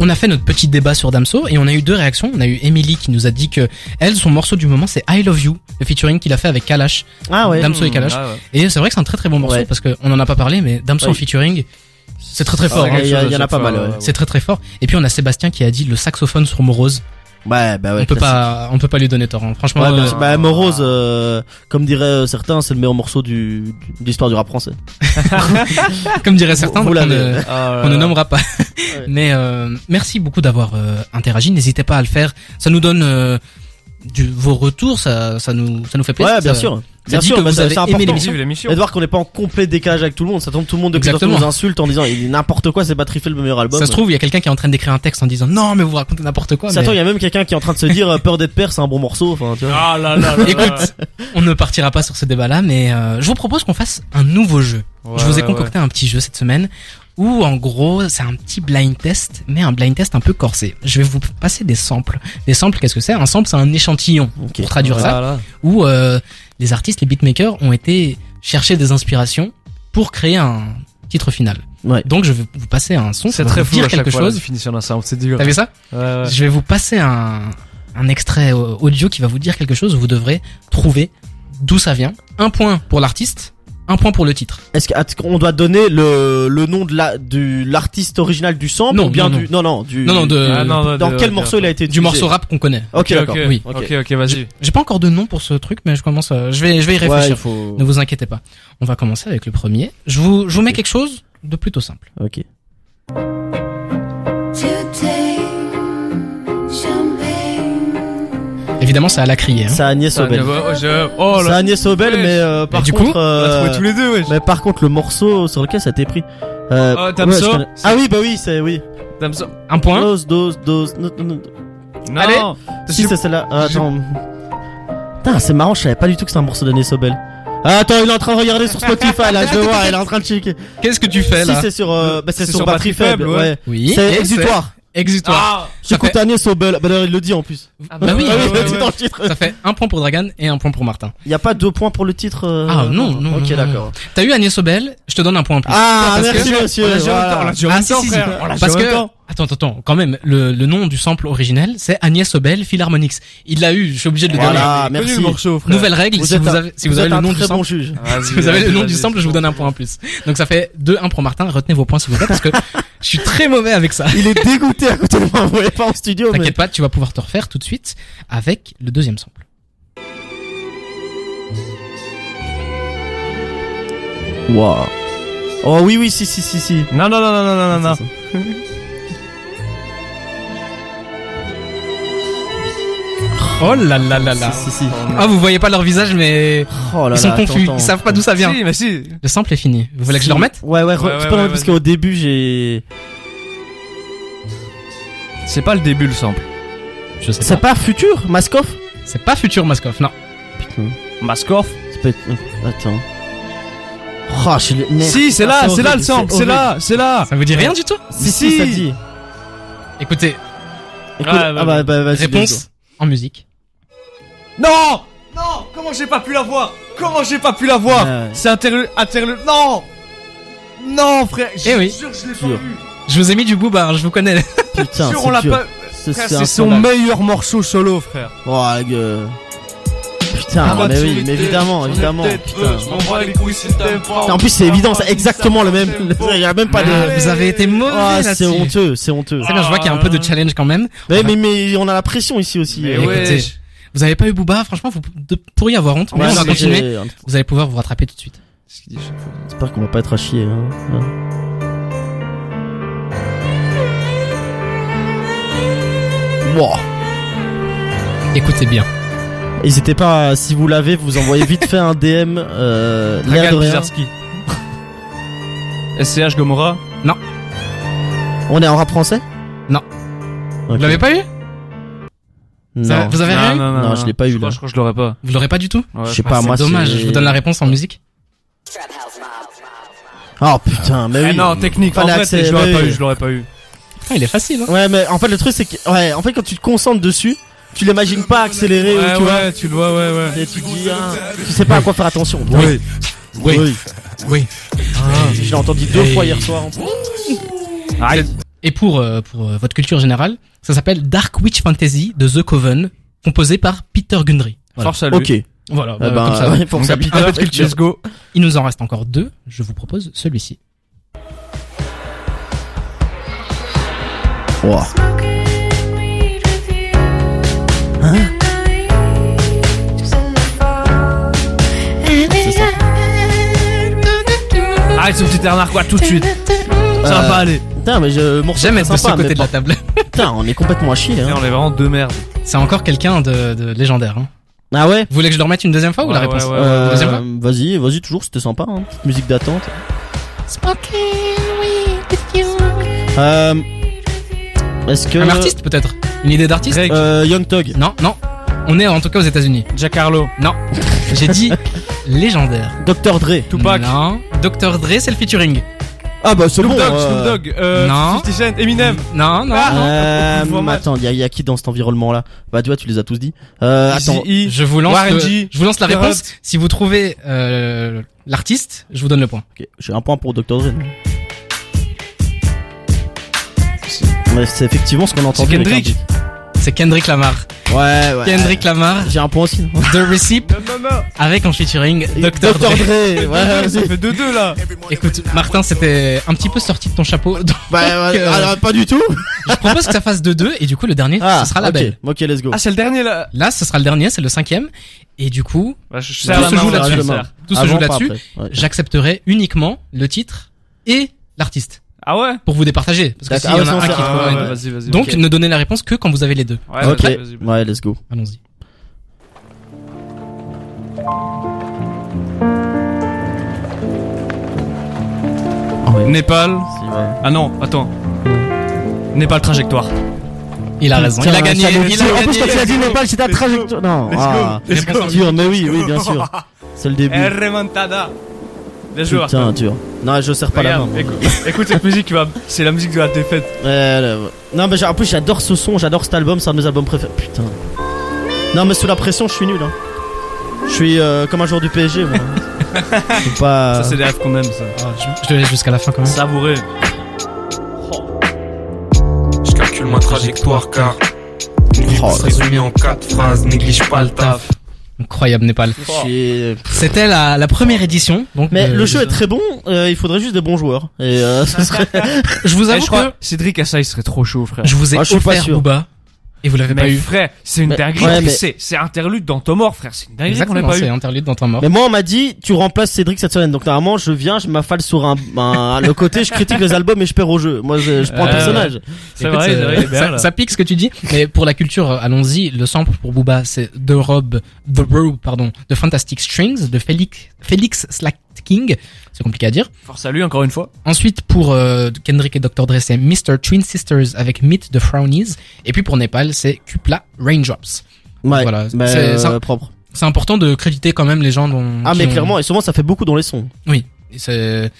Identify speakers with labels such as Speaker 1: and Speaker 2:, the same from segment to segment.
Speaker 1: on a fait notre petit débat sur Damso et on a eu deux réactions. On a eu Emily qui nous a dit que elle, son morceau du moment, c'est I Love You, le featuring qu'il a fait avec Kalash.
Speaker 2: Ah ouais.
Speaker 1: Damso et Kalash.
Speaker 3: Ah ouais.
Speaker 1: Et c'est vrai que c'est un très très bon morceau
Speaker 2: Ouais.
Speaker 1: parce qu'on en a pas parlé, mais Damso en
Speaker 2: Oui.
Speaker 1: featuring, c'est très très
Speaker 2: Ah,
Speaker 1: fort.
Speaker 2: ouais,
Speaker 1: hein.
Speaker 2: il y, a- il y en a pas mal. ouais.
Speaker 1: C'est très très fort. Et puis on a Sébastien qui a dit le saxophone sur Morose.
Speaker 2: Ouais, bah ouais.
Speaker 1: on peut
Speaker 2: classique.
Speaker 1: pas, on peut pas lui donner tort. hein. Franchement,
Speaker 2: Ouais,
Speaker 1: euh,
Speaker 2: bien sûr. bah, Morose, euh, comme diraient euh, certains, c'est le meilleur morceau du, du- de l'histoire du rap français.
Speaker 1: comme diraient certains,
Speaker 2: vous
Speaker 1: donc on,
Speaker 2: l'avez.
Speaker 1: ne,
Speaker 3: Ah là
Speaker 1: on ne
Speaker 3: là.
Speaker 1: nommera pas. Mais euh, merci beaucoup d'avoir euh, interagi. N'hésitez pas à le faire. Ça nous donne euh, du, vos retours. Ça, ça nous, ça nous fait plaisir.
Speaker 2: Ouais, bien
Speaker 1: Ça-
Speaker 2: sûr.
Speaker 1: ça
Speaker 2: Bien
Speaker 1: dit
Speaker 2: sûr,
Speaker 1: que
Speaker 2: bah,
Speaker 1: vous
Speaker 2: c'est-
Speaker 1: avez
Speaker 2: c'est
Speaker 1: aimé
Speaker 2: important.
Speaker 1: l'émission.
Speaker 3: Vive l'émission.
Speaker 2: Et de voir qu'on n'est pas en complet décalage avec tout le monde, ça tombe tout le monde de plus en plus
Speaker 1: Exactement.
Speaker 2: nous insulte en disant il dit n'importe quoi, c'est pas Trifle le meilleur album.
Speaker 1: Ça se trouve, il y a quelqu'un qui est en train d'écrire un texte en disant non, mais vous racontez n'importe quoi.
Speaker 2: Ça
Speaker 1: mais-
Speaker 2: attend, il y a même quelqu'un qui est en train de se dire euh, Peur d'être père, c'est un bon morceau. Enfin, tu vois.
Speaker 3: Ah là là là là.
Speaker 1: Écoute, on ne partira pas sur ce débat-là, mais euh, je vous propose qu'on fasse un nouveau jeu.
Speaker 3: Ouais,
Speaker 1: je vous ai
Speaker 3: ouais,
Speaker 1: concocté un petit jeu cette semaine où en gros c'est un petit blind test, mais un blind test un peu corsé. Je vais vous passer des samples. Des samples, qu'est-ce que c'est Un sample, c'est un échantillon
Speaker 2: Ok.
Speaker 1: pour traduire
Speaker 3: ouais.
Speaker 1: ça,
Speaker 3: Ah là.
Speaker 1: où euh, les artistes, les beatmakers ont été chercher des inspirations pour créer un titre final.
Speaker 2: Ouais.
Speaker 1: Donc je vais vous passer un son, ça
Speaker 3: C'est
Speaker 1: va
Speaker 3: très
Speaker 1: vous
Speaker 3: fou
Speaker 1: dire
Speaker 3: à chaque
Speaker 1: quelque
Speaker 3: fois la
Speaker 1: chose.
Speaker 3: définition d'un sound, c'est dur.
Speaker 1: T'as vu ça
Speaker 3: Ouais, ouais.
Speaker 1: Je vais vous passer un, un extrait euh, audio qui va vous dire quelque chose. Vous devrez trouver d'où ça vient. Un point pour l'artiste, un point pour le titre.
Speaker 2: Est-ce que- att- qu'on doit donner le, le nom de la, du, l'artiste original du sample
Speaker 1: Non,
Speaker 2: ou bien
Speaker 1: non,
Speaker 2: du, non, non, du,
Speaker 1: Non, non, de,
Speaker 3: Ah non, ouais,
Speaker 2: dans
Speaker 3: de-
Speaker 2: quel
Speaker 3: de-
Speaker 2: morceau il a été
Speaker 1: du morceau rap qu'on connaît.
Speaker 2: Ok, d'accord.
Speaker 1: oui.
Speaker 3: Ok, ok, ok, vas-y.
Speaker 1: J'ai pas encore de nom pour ce truc, mais je commence. à- je vais, je vais y
Speaker 2: Ouais,
Speaker 1: réfléchir.
Speaker 2: il faut.
Speaker 1: Ne vous inquiétez pas. On va commencer avec le premier. Je vous, je vous mets quelque chose de plutôt simple.
Speaker 2: Ok.
Speaker 4: Today, champagne.
Speaker 1: Évidemment, c'est à la crier. Hein.
Speaker 2: C'est Agnès
Speaker 3: Ça,
Speaker 2: Obel.
Speaker 3: ouais, ouais, j'ai- Oh
Speaker 2: C'est
Speaker 3: là,
Speaker 2: Agnès Obel,
Speaker 3: Ouais.
Speaker 2: mais euh, par
Speaker 1: du
Speaker 2: contre,
Speaker 1: coup,
Speaker 3: on l'a
Speaker 2: euh,
Speaker 3: trouvé tous les deux, ouais.
Speaker 2: mais par contre, le morceau sur lequel ça a été pris. Euh,
Speaker 3: Ah, Damso,
Speaker 2: je connais-
Speaker 3: c'est-
Speaker 2: ah oui, bah oui, c'est oui.
Speaker 3: Damso.
Speaker 1: Un point.
Speaker 2: Dose, dose, dose. non, non, non.
Speaker 3: Non.
Speaker 2: Allez.
Speaker 3: Je-
Speaker 2: Si c'est celle-là. Ah, Attends. Putain, c'est marrant, je savais pas du tout que c'était un morceau d'Agnès Obel. Ah, Attends, il est en train de regarder sur Spotify là, je vais voir, il est en train de checker.
Speaker 1: Qu'est-ce que tu fais
Speaker 2: Si
Speaker 1: là
Speaker 2: c'est sur, euh, bah, c'est sur, batterie faible, ouais.
Speaker 1: Oui.
Speaker 2: C'est
Speaker 1: et
Speaker 2: exutoire.
Speaker 1: c'est Exutoire.
Speaker 3: Ah,
Speaker 1: Ça
Speaker 2: J'écoute Agnès Obel. Bah d'ailleurs, il le dit en plus.
Speaker 1: bah oui.
Speaker 2: ah, oui, il le
Speaker 3: ouais, ouais,
Speaker 2: dit
Speaker 3: ouais.
Speaker 2: dans le titre.
Speaker 1: Ça fait un point pour Dragan et un point pour Martin.
Speaker 2: Il y a pas deux points pour le titre. euh,
Speaker 1: Ah, non, non,
Speaker 2: Ok,
Speaker 1: non,
Speaker 2: d'accord.
Speaker 1: T'as eu Agnès Obel. Je te donne un point en plus.
Speaker 2: Ah,
Speaker 1: Parce que-
Speaker 2: merci monsieur.
Speaker 3: On l'a joué en même temps, on
Speaker 2: voilà.
Speaker 3: l'a joué en
Speaker 1: Ah,
Speaker 3: même
Speaker 1: si,
Speaker 3: temps,
Speaker 1: si, si.
Speaker 3: frère. On l'a joué
Speaker 1: Parce
Speaker 3: en même
Speaker 1: que
Speaker 3: temps.
Speaker 1: attends, attends, attends, quand même, le, le nom du sample originel, c'est Agnès Obel Philharmonix. Il l'a eu, je suis obligé de le donner.
Speaker 2: Voilà,
Speaker 3: Il est connu,
Speaker 2: merci.
Speaker 3: le morceau, frère.
Speaker 1: Nouvelle règle, si,
Speaker 2: êtes
Speaker 1: vous
Speaker 2: un-
Speaker 1: avez, si vous, avez
Speaker 2: êtes
Speaker 1: le
Speaker 2: un
Speaker 1: nom du
Speaker 2: très
Speaker 1: sample,
Speaker 2: bon juge.
Speaker 3: Vas-y,
Speaker 1: si vous avez le
Speaker 3: vas-y,
Speaker 1: nom
Speaker 3: vas-y,
Speaker 1: du sample, je vous donne un point en plus. Donc ça fait 2-1 pour Martin, retenez vos points s'il vous plaît, parce que je suis très mauvais avec ça.
Speaker 2: Il est dégoûté à côté de moi. Vous voyez pas en studio, mais.
Speaker 1: T'inquiète pas, tu vas pouvoir te refaire tout de suite avec le deuxième sample.
Speaker 2: Wow. Oh oui, oui, si, si, si, si.
Speaker 3: Non, non, non, non, non, non, non, non.
Speaker 1: Oh là là là là.
Speaker 2: Si, si, si.
Speaker 1: Ah, vous voyez pas leur visage, mais
Speaker 2: Oh là
Speaker 1: ils sont
Speaker 2: là,
Speaker 1: confus,
Speaker 2: attends,
Speaker 1: ils savent pas d'où ça vient.
Speaker 3: Si, mais si.
Speaker 1: Le sample est fini. Vous voulez que je le remette
Speaker 2: Ouais, ouais, re-
Speaker 3: Ouais,
Speaker 2: tu
Speaker 3: ouais,
Speaker 2: peux le
Speaker 3: ouais,
Speaker 2: remettre parce
Speaker 3: vas-y.
Speaker 2: qu'au début j'ai.
Speaker 3: C'est pas le début, le sample.
Speaker 1: Je sais
Speaker 2: C'est
Speaker 1: pas.
Speaker 2: pas futur, Maskoff
Speaker 1: C'est pas futur Maskoff, non.
Speaker 2: Putain.
Speaker 3: Maskoff.
Speaker 2: Ça peut être. Attends. Oh, je suis le. Merde.
Speaker 3: Si, c'est
Speaker 2: Ah,
Speaker 3: là,
Speaker 2: c'est
Speaker 3: c'est là
Speaker 2: horrible,
Speaker 3: le sample,
Speaker 2: c'est
Speaker 3: c'est là, c'est là.
Speaker 1: Ça vous dit rien du tout
Speaker 2: Si, si, ça dit.
Speaker 1: Écoutez,
Speaker 2: Écoute,
Speaker 3: Ah, bah,
Speaker 2: ah bah, bah, vas-y. let's
Speaker 1: réponse en musique.
Speaker 3: Non Non Comment j'ai pas pu la voir Comment j'ai pas pu la
Speaker 2: go.
Speaker 3: voir
Speaker 2: Ouais.
Speaker 3: C'est interlu... interlu... Non Non, frère Je
Speaker 1: Eh oui.
Speaker 3: jure, je l'ai pas
Speaker 2: Sûr.
Speaker 3: vu
Speaker 1: Je vous ai mis du boobard, je vous connais.
Speaker 2: Putain,
Speaker 3: Sûr, on l'a
Speaker 2: c'est dur.
Speaker 3: pas...
Speaker 2: C'est
Speaker 3: Frère,
Speaker 2: c'est
Speaker 3: C'est son
Speaker 2: insondable.
Speaker 3: meilleur morceau solo, frère
Speaker 2: Oh, la gueule. Putain,
Speaker 1: Ah,
Speaker 3: Quand
Speaker 2: Ah, mais
Speaker 3: tu
Speaker 2: oui, mais
Speaker 3: étais-
Speaker 2: évidemment,
Speaker 3: on
Speaker 2: évidemment.
Speaker 3: était
Speaker 2: Putain.
Speaker 3: deux, euh, je m'en bats les couilles si t'aimes
Speaker 1: Oh,
Speaker 3: pas.
Speaker 2: En plus, c'est évident, c'est exactement le même.
Speaker 3: Bon.
Speaker 2: Il y a même pas de.
Speaker 3: Ouais.
Speaker 1: vous avez été mauvais
Speaker 2: Ah,
Speaker 1: là-dessus.
Speaker 2: c'est honteux, Ah. c'est honteux.
Speaker 1: C'est bien, je vois qu'il y a un peu de challenge quand même.
Speaker 2: Mais, mais, mais on a la pression ici aussi.
Speaker 3: Mais
Speaker 2: Euh,
Speaker 3: ouais.
Speaker 1: Écoutez, vous avez pas eu Booba, franchement, vous de- pourriez avoir honte.
Speaker 2: ouais,
Speaker 1: Mais on va
Speaker 2: c'est-
Speaker 1: continuer.
Speaker 2: c'est-
Speaker 1: Vous allez pouvoir vous rattraper tout de suite.
Speaker 3: Qu'est-ce qu'il dit chaque fois
Speaker 2: J'espère qu'on va pas être à chier. Hein. Ouais. Wow.
Speaker 1: Écoutez bien.
Speaker 2: N'hésitez pas, à- si vous l'avez, vous envoyez vite fait un DM. Euh, l'air de
Speaker 3: Dragan
Speaker 2: rien.
Speaker 3: Bizarski. SCH Gomorrah
Speaker 2: On est en rap français
Speaker 1: Non.
Speaker 2: Ok.
Speaker 1: Vous l'avez pas eu Vous avez-
Speaker 2: Non.
Speaker 1: vous avez rien eu
Speaker 2: Non, je l'ai pas eu,
Speaker 3: crois-
Speaker 2: là.
Speaker 3: Je crois que je l'aurais pas.
Speaker 1: Vous l'aurez pas du tout
Speaker 3: Ouais,
Speaker 2: Je sais
Speaker 1: Ah,
Speaker 2: pas, moi.
Speaker 1: C'est dommage,
Speaker 2: c'est-
Speaker 1: je vous donne la réponse en musique.
Speaker 2: Oh putain, mais
Speaker 3: Eh
Speaker 2: oui.
Speaker 3: non, technique, en
Speaker 2: Fallait
Speaker 3: fait,
Speaker 2: accélérer.
Speaker 3: je l'aurais pas eu, je l'aurais pas eu.
Speaker 1: Ah, il est facile, hein.
Speaker 2: Ouais, mais en fait, le truc, c'est que, ouais, en fait, quand tu te concentres dessus, tu l'imagines pas accélérer ou
Speaker 3: Ouais,
Speaker 2: tu
Speaker 3: ouais, tu le vois, ouais,
Speaker 2: vois.
Speaker 3: ouais.
Speaker 2: Et tu dis, ah, tu sais pas à quoi faire attention.
Speaker 1: Oui. Oui. Oui.
Speaker 2: Ah, je l'ai entendu deux fois hier soir. en plus.
Speaker 3: Aïe.
Speaker 1: Et pour, euh, pour euh, votre culture générale, ça s'appelle Dark Witch Fantasy de The Coven, composé par Peter Gundry. Voilà.
Speaker 4: Force à lui.
Speaker 2: Ok. Eh
Speaker 1: Voilà, bah,
Speaker 2: ben,
Speaker 1: comme ça.
Speaker 2: ouais, pour
Speaker 4: Donc,
Speaker 2: ça,
Speaker 4: à Peter,
Speaker 1: un peu de culture.
Speaker 4: Let's go.
Speaker 1: Il nous en reste encore deux. Je vous propose celui-ci.
Speaker 2: Wow.
Speaker 4: Arrête ce petit air narquois tout de suite. Ça va
Speaker 2: Euh,
Speaker 4: pas aller.
Speaker 2: Putain, mais je morceau
Speaker 1: J'aime
Speaker 2: très
Speaker 1: être de ce
Speaker 2: sympa, mais
Speaker 1: côté de la
Speaker 2: pas-
Speaker 1: table.
Speaker 2: Putain, on est complètement à chier.
Speaker 4: Et
Speaker 2: Hein.
Speaker 4: on est vraiment deux merdes.
Speaker 1: C'est encore quelqu'un de, de légendaire. hein.
Speaker 2: Ah ouais.
Speaker 1: Vous voulez que je le remette une deuxième fois ou la
Speaker 4: Ouais, ouais,
Speaker 1: réponse
Speaker 4: ouais.
Speaker 2: Euh,
Speaker 1: deuxième fois
Speaker 2: vas-y, vas-y toujours, c'était sympa. Hein. Petite musique d'attente. Euh, Est-ce que
Speaker 1: Un artiste peut-être Une idée d'artiste
Speaker 4: Greg,
Speaker 2: euh, Young Tog
Speaker 1: Non, non. On est en tout cas aux États-Unis.
Speaker 4: Giancarlo,
Speaker 1: Non. J'ai dit légendaire.
Speaker 2: Dr Dre.
Speaker 4: Tupac,
Speaker 1: Non. Dr Dre, c'est le featuring.
Speaker 2: Ah bah c'est
Speaker 4: Snoop
Speaker 2: bon.
Speaker 4: Dogg,
Speaker 2: euh,
Speaker 4: Snoop Dogg, euh,
Speaker 1: Non.
Speaker 4: 50 Cent, Eminem.
Speaker 1: Non, non.
Speaker 4: Ah.
Speaker 1: non.
Speaker 2: Euh,
Speaker 4: Je vois mal.
Speaker 2: attends, il y, a- y a qui dans cet environnement-là Bah tu vois, tu les as tous dit. Euh, attends,
Speaker 4: Eazy-E.
Speaker 1: Je vous lance.
Speaker 4: Warren
Speaker 1: le-
Speaker 4: G.
Speaker 1: je vous lance la
Speaker 4: Corrupt.
Speaker 1: réponse. Si vous trouvez euh, l'artiste, je vous donne le point.
Speaker 2: ok, j'ai un point pour Dr Dre. Ouais, c'est effectivement ce qu'on entend.
Speaker 4: C'est Kendrick.
Speaker 1: C'est Kendrick Lamar.
Speaker 2: Ouais, ouais.
Speaker 1: Kendrick Lamar,
Speaker 2: J'ai un point aussi. non
Speaker 1: The Receipt,
Speaker 4: Non, non, non.
Speaker 1: avec en featuring Dr.
Speaker 2: Dre.
Speaker 1: Dre.
Speaker 2: ouais,
Speaker 4: Ça
Speaker 2: vas-y.
Speaker 4: fait 2-2 là.
Speaker 1: Écoute, Martin, c'était un petit peu sorti de ton chapeau. Donc,
Speaker 2: Bah, ouais,
Speaker 1: euh,
Speaker 2: alors, pas du tout.
Speaker 1: je propose que ça fasse 2-2 et du coup, le dernier, ce sera la
Speaker 2: Ah, ok.
Speaker 1: belle.
Speaker 2: Ok, let's go.
Speaker 4: Ah, c'est le dernier là.
Speaker 1: Là, ce sera le dernier, c'est le cinquième. Et du coup,
Speaker 4: Bah, je
Speaker 1: ça
Speaker 4: serre la
Speaker 1: se
Speaker 4: main
Speaker 1: joue
Speaker 4: au
Speaker 1: là-dessus.
Speaker 4: adversaire.
Speaker 1: tout se
Speaker 2: Avant,
Speaker 1: joue
Speaker 2: pas
Speaker 1: là-dessus.
Speaker 2: après. Ouais.
Speaker 1: J'accepterai uniquement le titre et l'artiste
Speaker 4: Ah ouais
Speaker 1: pour vous départager. Parce que
Speaker 2: D'accord.
Speaker 1: s'il y
Speaker 2: Ah
Speaker 1: en
Speaker 2: ouais,
Speaker 1: a
Speaker 2: sinon,
Speaker 1: un qui
Speaker 2: c'est-
Speaker 1: trouve
Speaker 2: ah
Speaker 1: une-
Speaker 2: ouais,
Speaker 4: vas-y, vas-y.
Speaker 1: Donc,
Speaker 4: ok.
Speaker 1: ne donnez la réponse que quand vous avez les deux.
Speaker 4: Ouais,
Speaker 2: ok.
Speaker 4: vas-y, vas-y, vas-y.
Speaker 2: Ouais, let's go.
Speaker 1: Allons-y.
Speaker 4: Népal.
Speaker 2: Si, ouais.
Speaker 4: Ah non, attends. Népal trajectoire.
Speaker 1: Il a raison. Il a
Speaker 2: Tiens,
Speaker 1: gagné.
Speaker 2: ça nous
Speaker 1: Il
Speaker 2: tue.
Speaker 1: a
Speaker 2: En plus, quand tu
Speaker 1: gagné.
Speaker 2: as dit Népal, c'est ta
Speaker 4: Let's go.
Speaker 2: trajectoire. Non,
Speaker 4: Let's
Speaker 2: ah.
Speaker 4: go. Let's go.
Speaker 2: Dur, mais oui, oui, bien sûr. C'est le début.
Speaker 4: Eh, Remontada. Bien joué.
Speaker 2: Putain, dur. Non, je serre pas la main.
Speaker 4: Regarde,
Speaker 2: moi.
Speaker 4: écoute, écoute cette musique, tu vas- c'est la musique de la défaite.
Speaker 2: Ouais, là, ouais. Non, mais j'ai- en plus, j'adore ce son, j'adore cet album, c'est un de mes albums préférés. Putain. Non, mais sous la pression, je suis nul. Hein. Je suis euh, comme un joueur du PSG, moi. Je suis pas.
Speaker 4: Ça, c'est des rêves qu'on aime, ça.
Speaker 1: Ah, je- Je te laisse jusqu'à la fin quand même.
Speaker 4: Savourer.
Speaker 5: Je calcule ma trajectoire car une vie peut se résumer en quatre phrases, néglige pas le taf.
Speaker 1: Incroyable Népal.
Speaker 2: Je suis- euh,
Speaker 1: C'était la, la première édition. Donc
Speaker 2: Mais
Speaker 1: euh,
Speaker 2: le jeu est très bon, euh, il faudrait juste des bons joueurs. Et euh, ce serait.
Speaker 1: Je vous
Speaker 4: Eh,
Speaker 1: avoue
Speaker 4: je
Speaker 1: que
Speaker 4: crois, Cédric Assa, il serait trop chaud, frère.
Speaker 1: je vous ai
Speaker 2: Ah, je suis pas
Speaker 1: offert
Speaker 2: sûr.
Speaker 1: Booba et vous l'avez pas
Speaker 4: Mais
Speaker 1: eu.
Speaker 4: frère, c'est une
Speaker 2: Mais-
Speaker 4: dinguerie.
Speaker 2: ouais, mais-
Speaker 4: C'est c'est interlude dans Tomor, frère. C'est une dinguerie qu'on l'a
Speaker 1: Exactement,
Speaker 4: pas
Speaker 1: c'est
Speaker 4: eu.
Speaker 1: interlude dans ton mort.
Speaker 2: Mais moi, on m'a dit, tu remplaces Cédric cette semaine. Donc, normalement, je viens, je m'affale sur un, un- le côté, je critique les albums et je perds au jeu. Moi, je, je prends un
Speaker 4: Ouais,
Speaker 2: personnage.
Speaker 4: C'est
Speaker 1: Écoute,
Speaker 4: vrai,
Speaker 1: ça-
Speaker 4: c'est vrai, il est bien,
Speaker 1: ça,
Speaker 4: là.
Speaker 1: ça pique ce que tu dis. Mais pour la culture, euh, allons-y. Le sample pour Booba, c'est The Rob, The Robe, pardon, de Fantastic Strings, de Félix, Félix Slack King. C'est compliqué à dire.
Speaker 4: Force à lui, encore une fois.
Speaker 1: Ensuite, pour euh, Kendrick et Dr. Dre, c'est Mr. Twin Sisters avec Meet the Frownies. Et puis pour Népal, c'est Cupla Raindrops.
Speaker 2: Ouais,
Speaker 1: Voilà,
Speaker 2: mais,
Speaker 1: c'est
Speaker 2: euh,
Speaker 1: ça.
Speaker 2: propre.
Speaker 1: C'est important de créditer quand même les gens dont.
Speaker 2: Ah,
Speaker 1: qui
Speaker 2: mais
Speaker 1: ont-
Speaker 2: clairement, et souvent, ça fait beaucoup dans les sons.
Speaker 1: Oui. Et C'est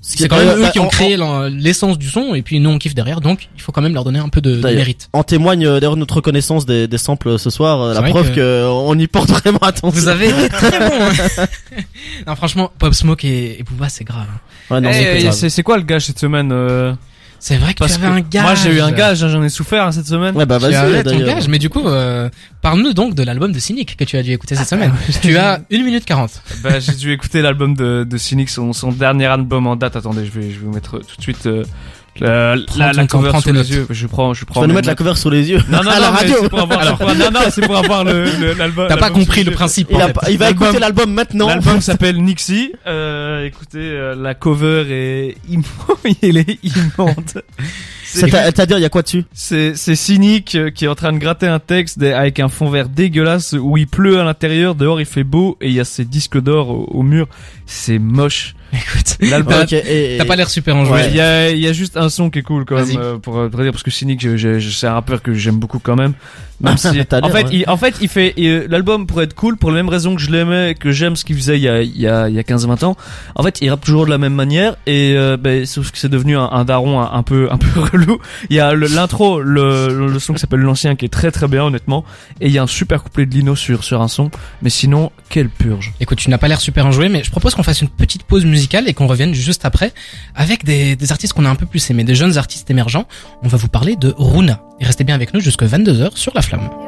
Speaker 2: Ce
Speaker 1: c'est quand même
Speaker 2: d'ailleurs,
Speaker 1: eux
Speaker 2: bah,
Speaker 1: qui
Speaker 2: en-
Speaker 1: ont
Speaker 2: en-
Speaker 1: créé l'en- l'essence du son et puis nous on kiffe derrière donc il faut quand même leur donner un peu de, de
Speaker 2: D'ailleurs.
Speaker 1: mérite.
Speaker 2: En témoigne euh, d'ailleurs notre reconnaissance des, des samples euh, ce soir, euh,
Speaker 1: C'est
Speaker 2: la
Speaker 1: vrai
Speaker 2: preuve
Speaker 1: que-
Speaker 2: que... on y porte vraiment attention.
Speaker 1: Vous avez été très bon. hein. non, franchement, Pop Smoke et, et Booba, c'est grave. hein.
Speaker 2: Ouais, non,
Speaker 4: Eh,
Speaker 2: c'est
Speaker 4: eh,
Speaker 2: grave.
Speaker 4: c'est c'est quoi le gage cette semaine euh,
Speaker 1: C'est vrai que
Speaker 4: parce
Speaker 1: tu
Speaker 4: que
Speaker 1: avais un gage.
Speaker 4: Moi j'ai eu un gage, hein, j'en ai souffert hein, cette semaine.
Speaker 2: Ouais, bah
Speaker 1: Tu avais
Speaker 2: vas-y
Speaker 1: ton
Speaker 2: d'ailleurs.
Speaker 1: gage, mais du coup, euh, parle-nous donc de l'album de Cynic que tu as dû écouter cette semaine. tu as 1 minute 40.
Speaker 4: Bah, j'ai dû écouter l'album de, de Cynic, son, son dernier album en date. Attendez, je vais, je vais vous mettre tout de suite euh, la,
Speaker 1: Prends
Speaker 4: la,
Speaker 1: ton
Speaker 4: la
Speaker 1: temps,
Speaker 4: cover
Speaker 1: prends
Speaker 4: sous
Speaker 1: tes
Speaker 4: les
Speaker 1: notes.
Speaker 4: yeux. Je prends, je
Speaker 2: Tu
Speaker 4: prends.
Speaker 2: vas
Speaker 4: mes
Speaker 2: nous mettre la
Speaker 4: notes.
Speaker 2: cover sur les yeux
Speaker 4: Non, non,
Speaker 2: à
Speaker 4: non,
Speaker 2: la
Speaker 4: mais
Speaker 2: radio.
Speaker 4: c'est pour avoir, c'est pour- non, non, c'est pour avoir le, le- l'album.
Speaker 1: T'as pas
Speaker 4: l'album
Speaker 1: compris
Speaker 4: sous
Speaker 1: le
Speaker 4: les yeux.
Speaker 1: principe.
Speaker 2: Il,
Speaker 1: en
Speaker 2: a-
Speaker 1: fait.
Speaker 2: il va
Speaker 4: L'album-
Speaker 2: écouter l'album maintenant.
Speaker 4: L'album s'appelle Nixie. Euh, écoutez, euh, la cover est immonde. Il est immonde.
Speaker 2: Ça t'a- C'est-à-dire, il y a quoi dessus
Speaker 4: C'est c'est Cynic euh, qui est en train de gratter un texte des- avec un fond vert dégueulasse où il pleut à l'intérieur, dehors il fait beau et il y a ces disques d'or au, au mur. C'est moche.
Speaker 1: Écoute,
Speaker 4: L'album.
Speaker 2: Ok, et-
Speaker 1: t'as pas l'air super enjoué.
Speaker 2: Ouais.
Speaker 4: Il y a, il y a juste un son qui est cool quand
Speaker 1: Vas-y.
Speaker 4: même euh, pour euh, pour dire parce que Cynic je- je- je- c'est un rappeur que j'aime beaucoup quand même. Même si,
Speaker 2: T'as
Speaker 4: en
Speaker 2: l'air,
Speaker 4: fait
Speaker 2: ouais.
Speaker 4: il en fait il fait et, euh, l'album pourrait être cool pour la même raison que je l'aimais que j'aime ce qu'il faisait il y a il y a il y a 15 20 ans. En fait, il rappe toujours de la même manière et euh, ben, sauf que c'est devenu un, un daron un, un peu un peu relou. Il y a le- l'intro le, le, le son qui s'appelle l'ancien qui est très très bien honnêtement et il y a un super couplet de Lino sur sur un son mais sinon quelle purge.
Speaker 1: Écoute, tu n'as pas l'air super enjoué, mais je propose qu'on fasse une petite pause musicale et qu'on revienne juste après avec des, des artistes qu'on a un peu plus aimés, des jeunes artistes émergents. On va vous parler de Runa. Et restez bien avec nous jusque 22h sur La Flamme.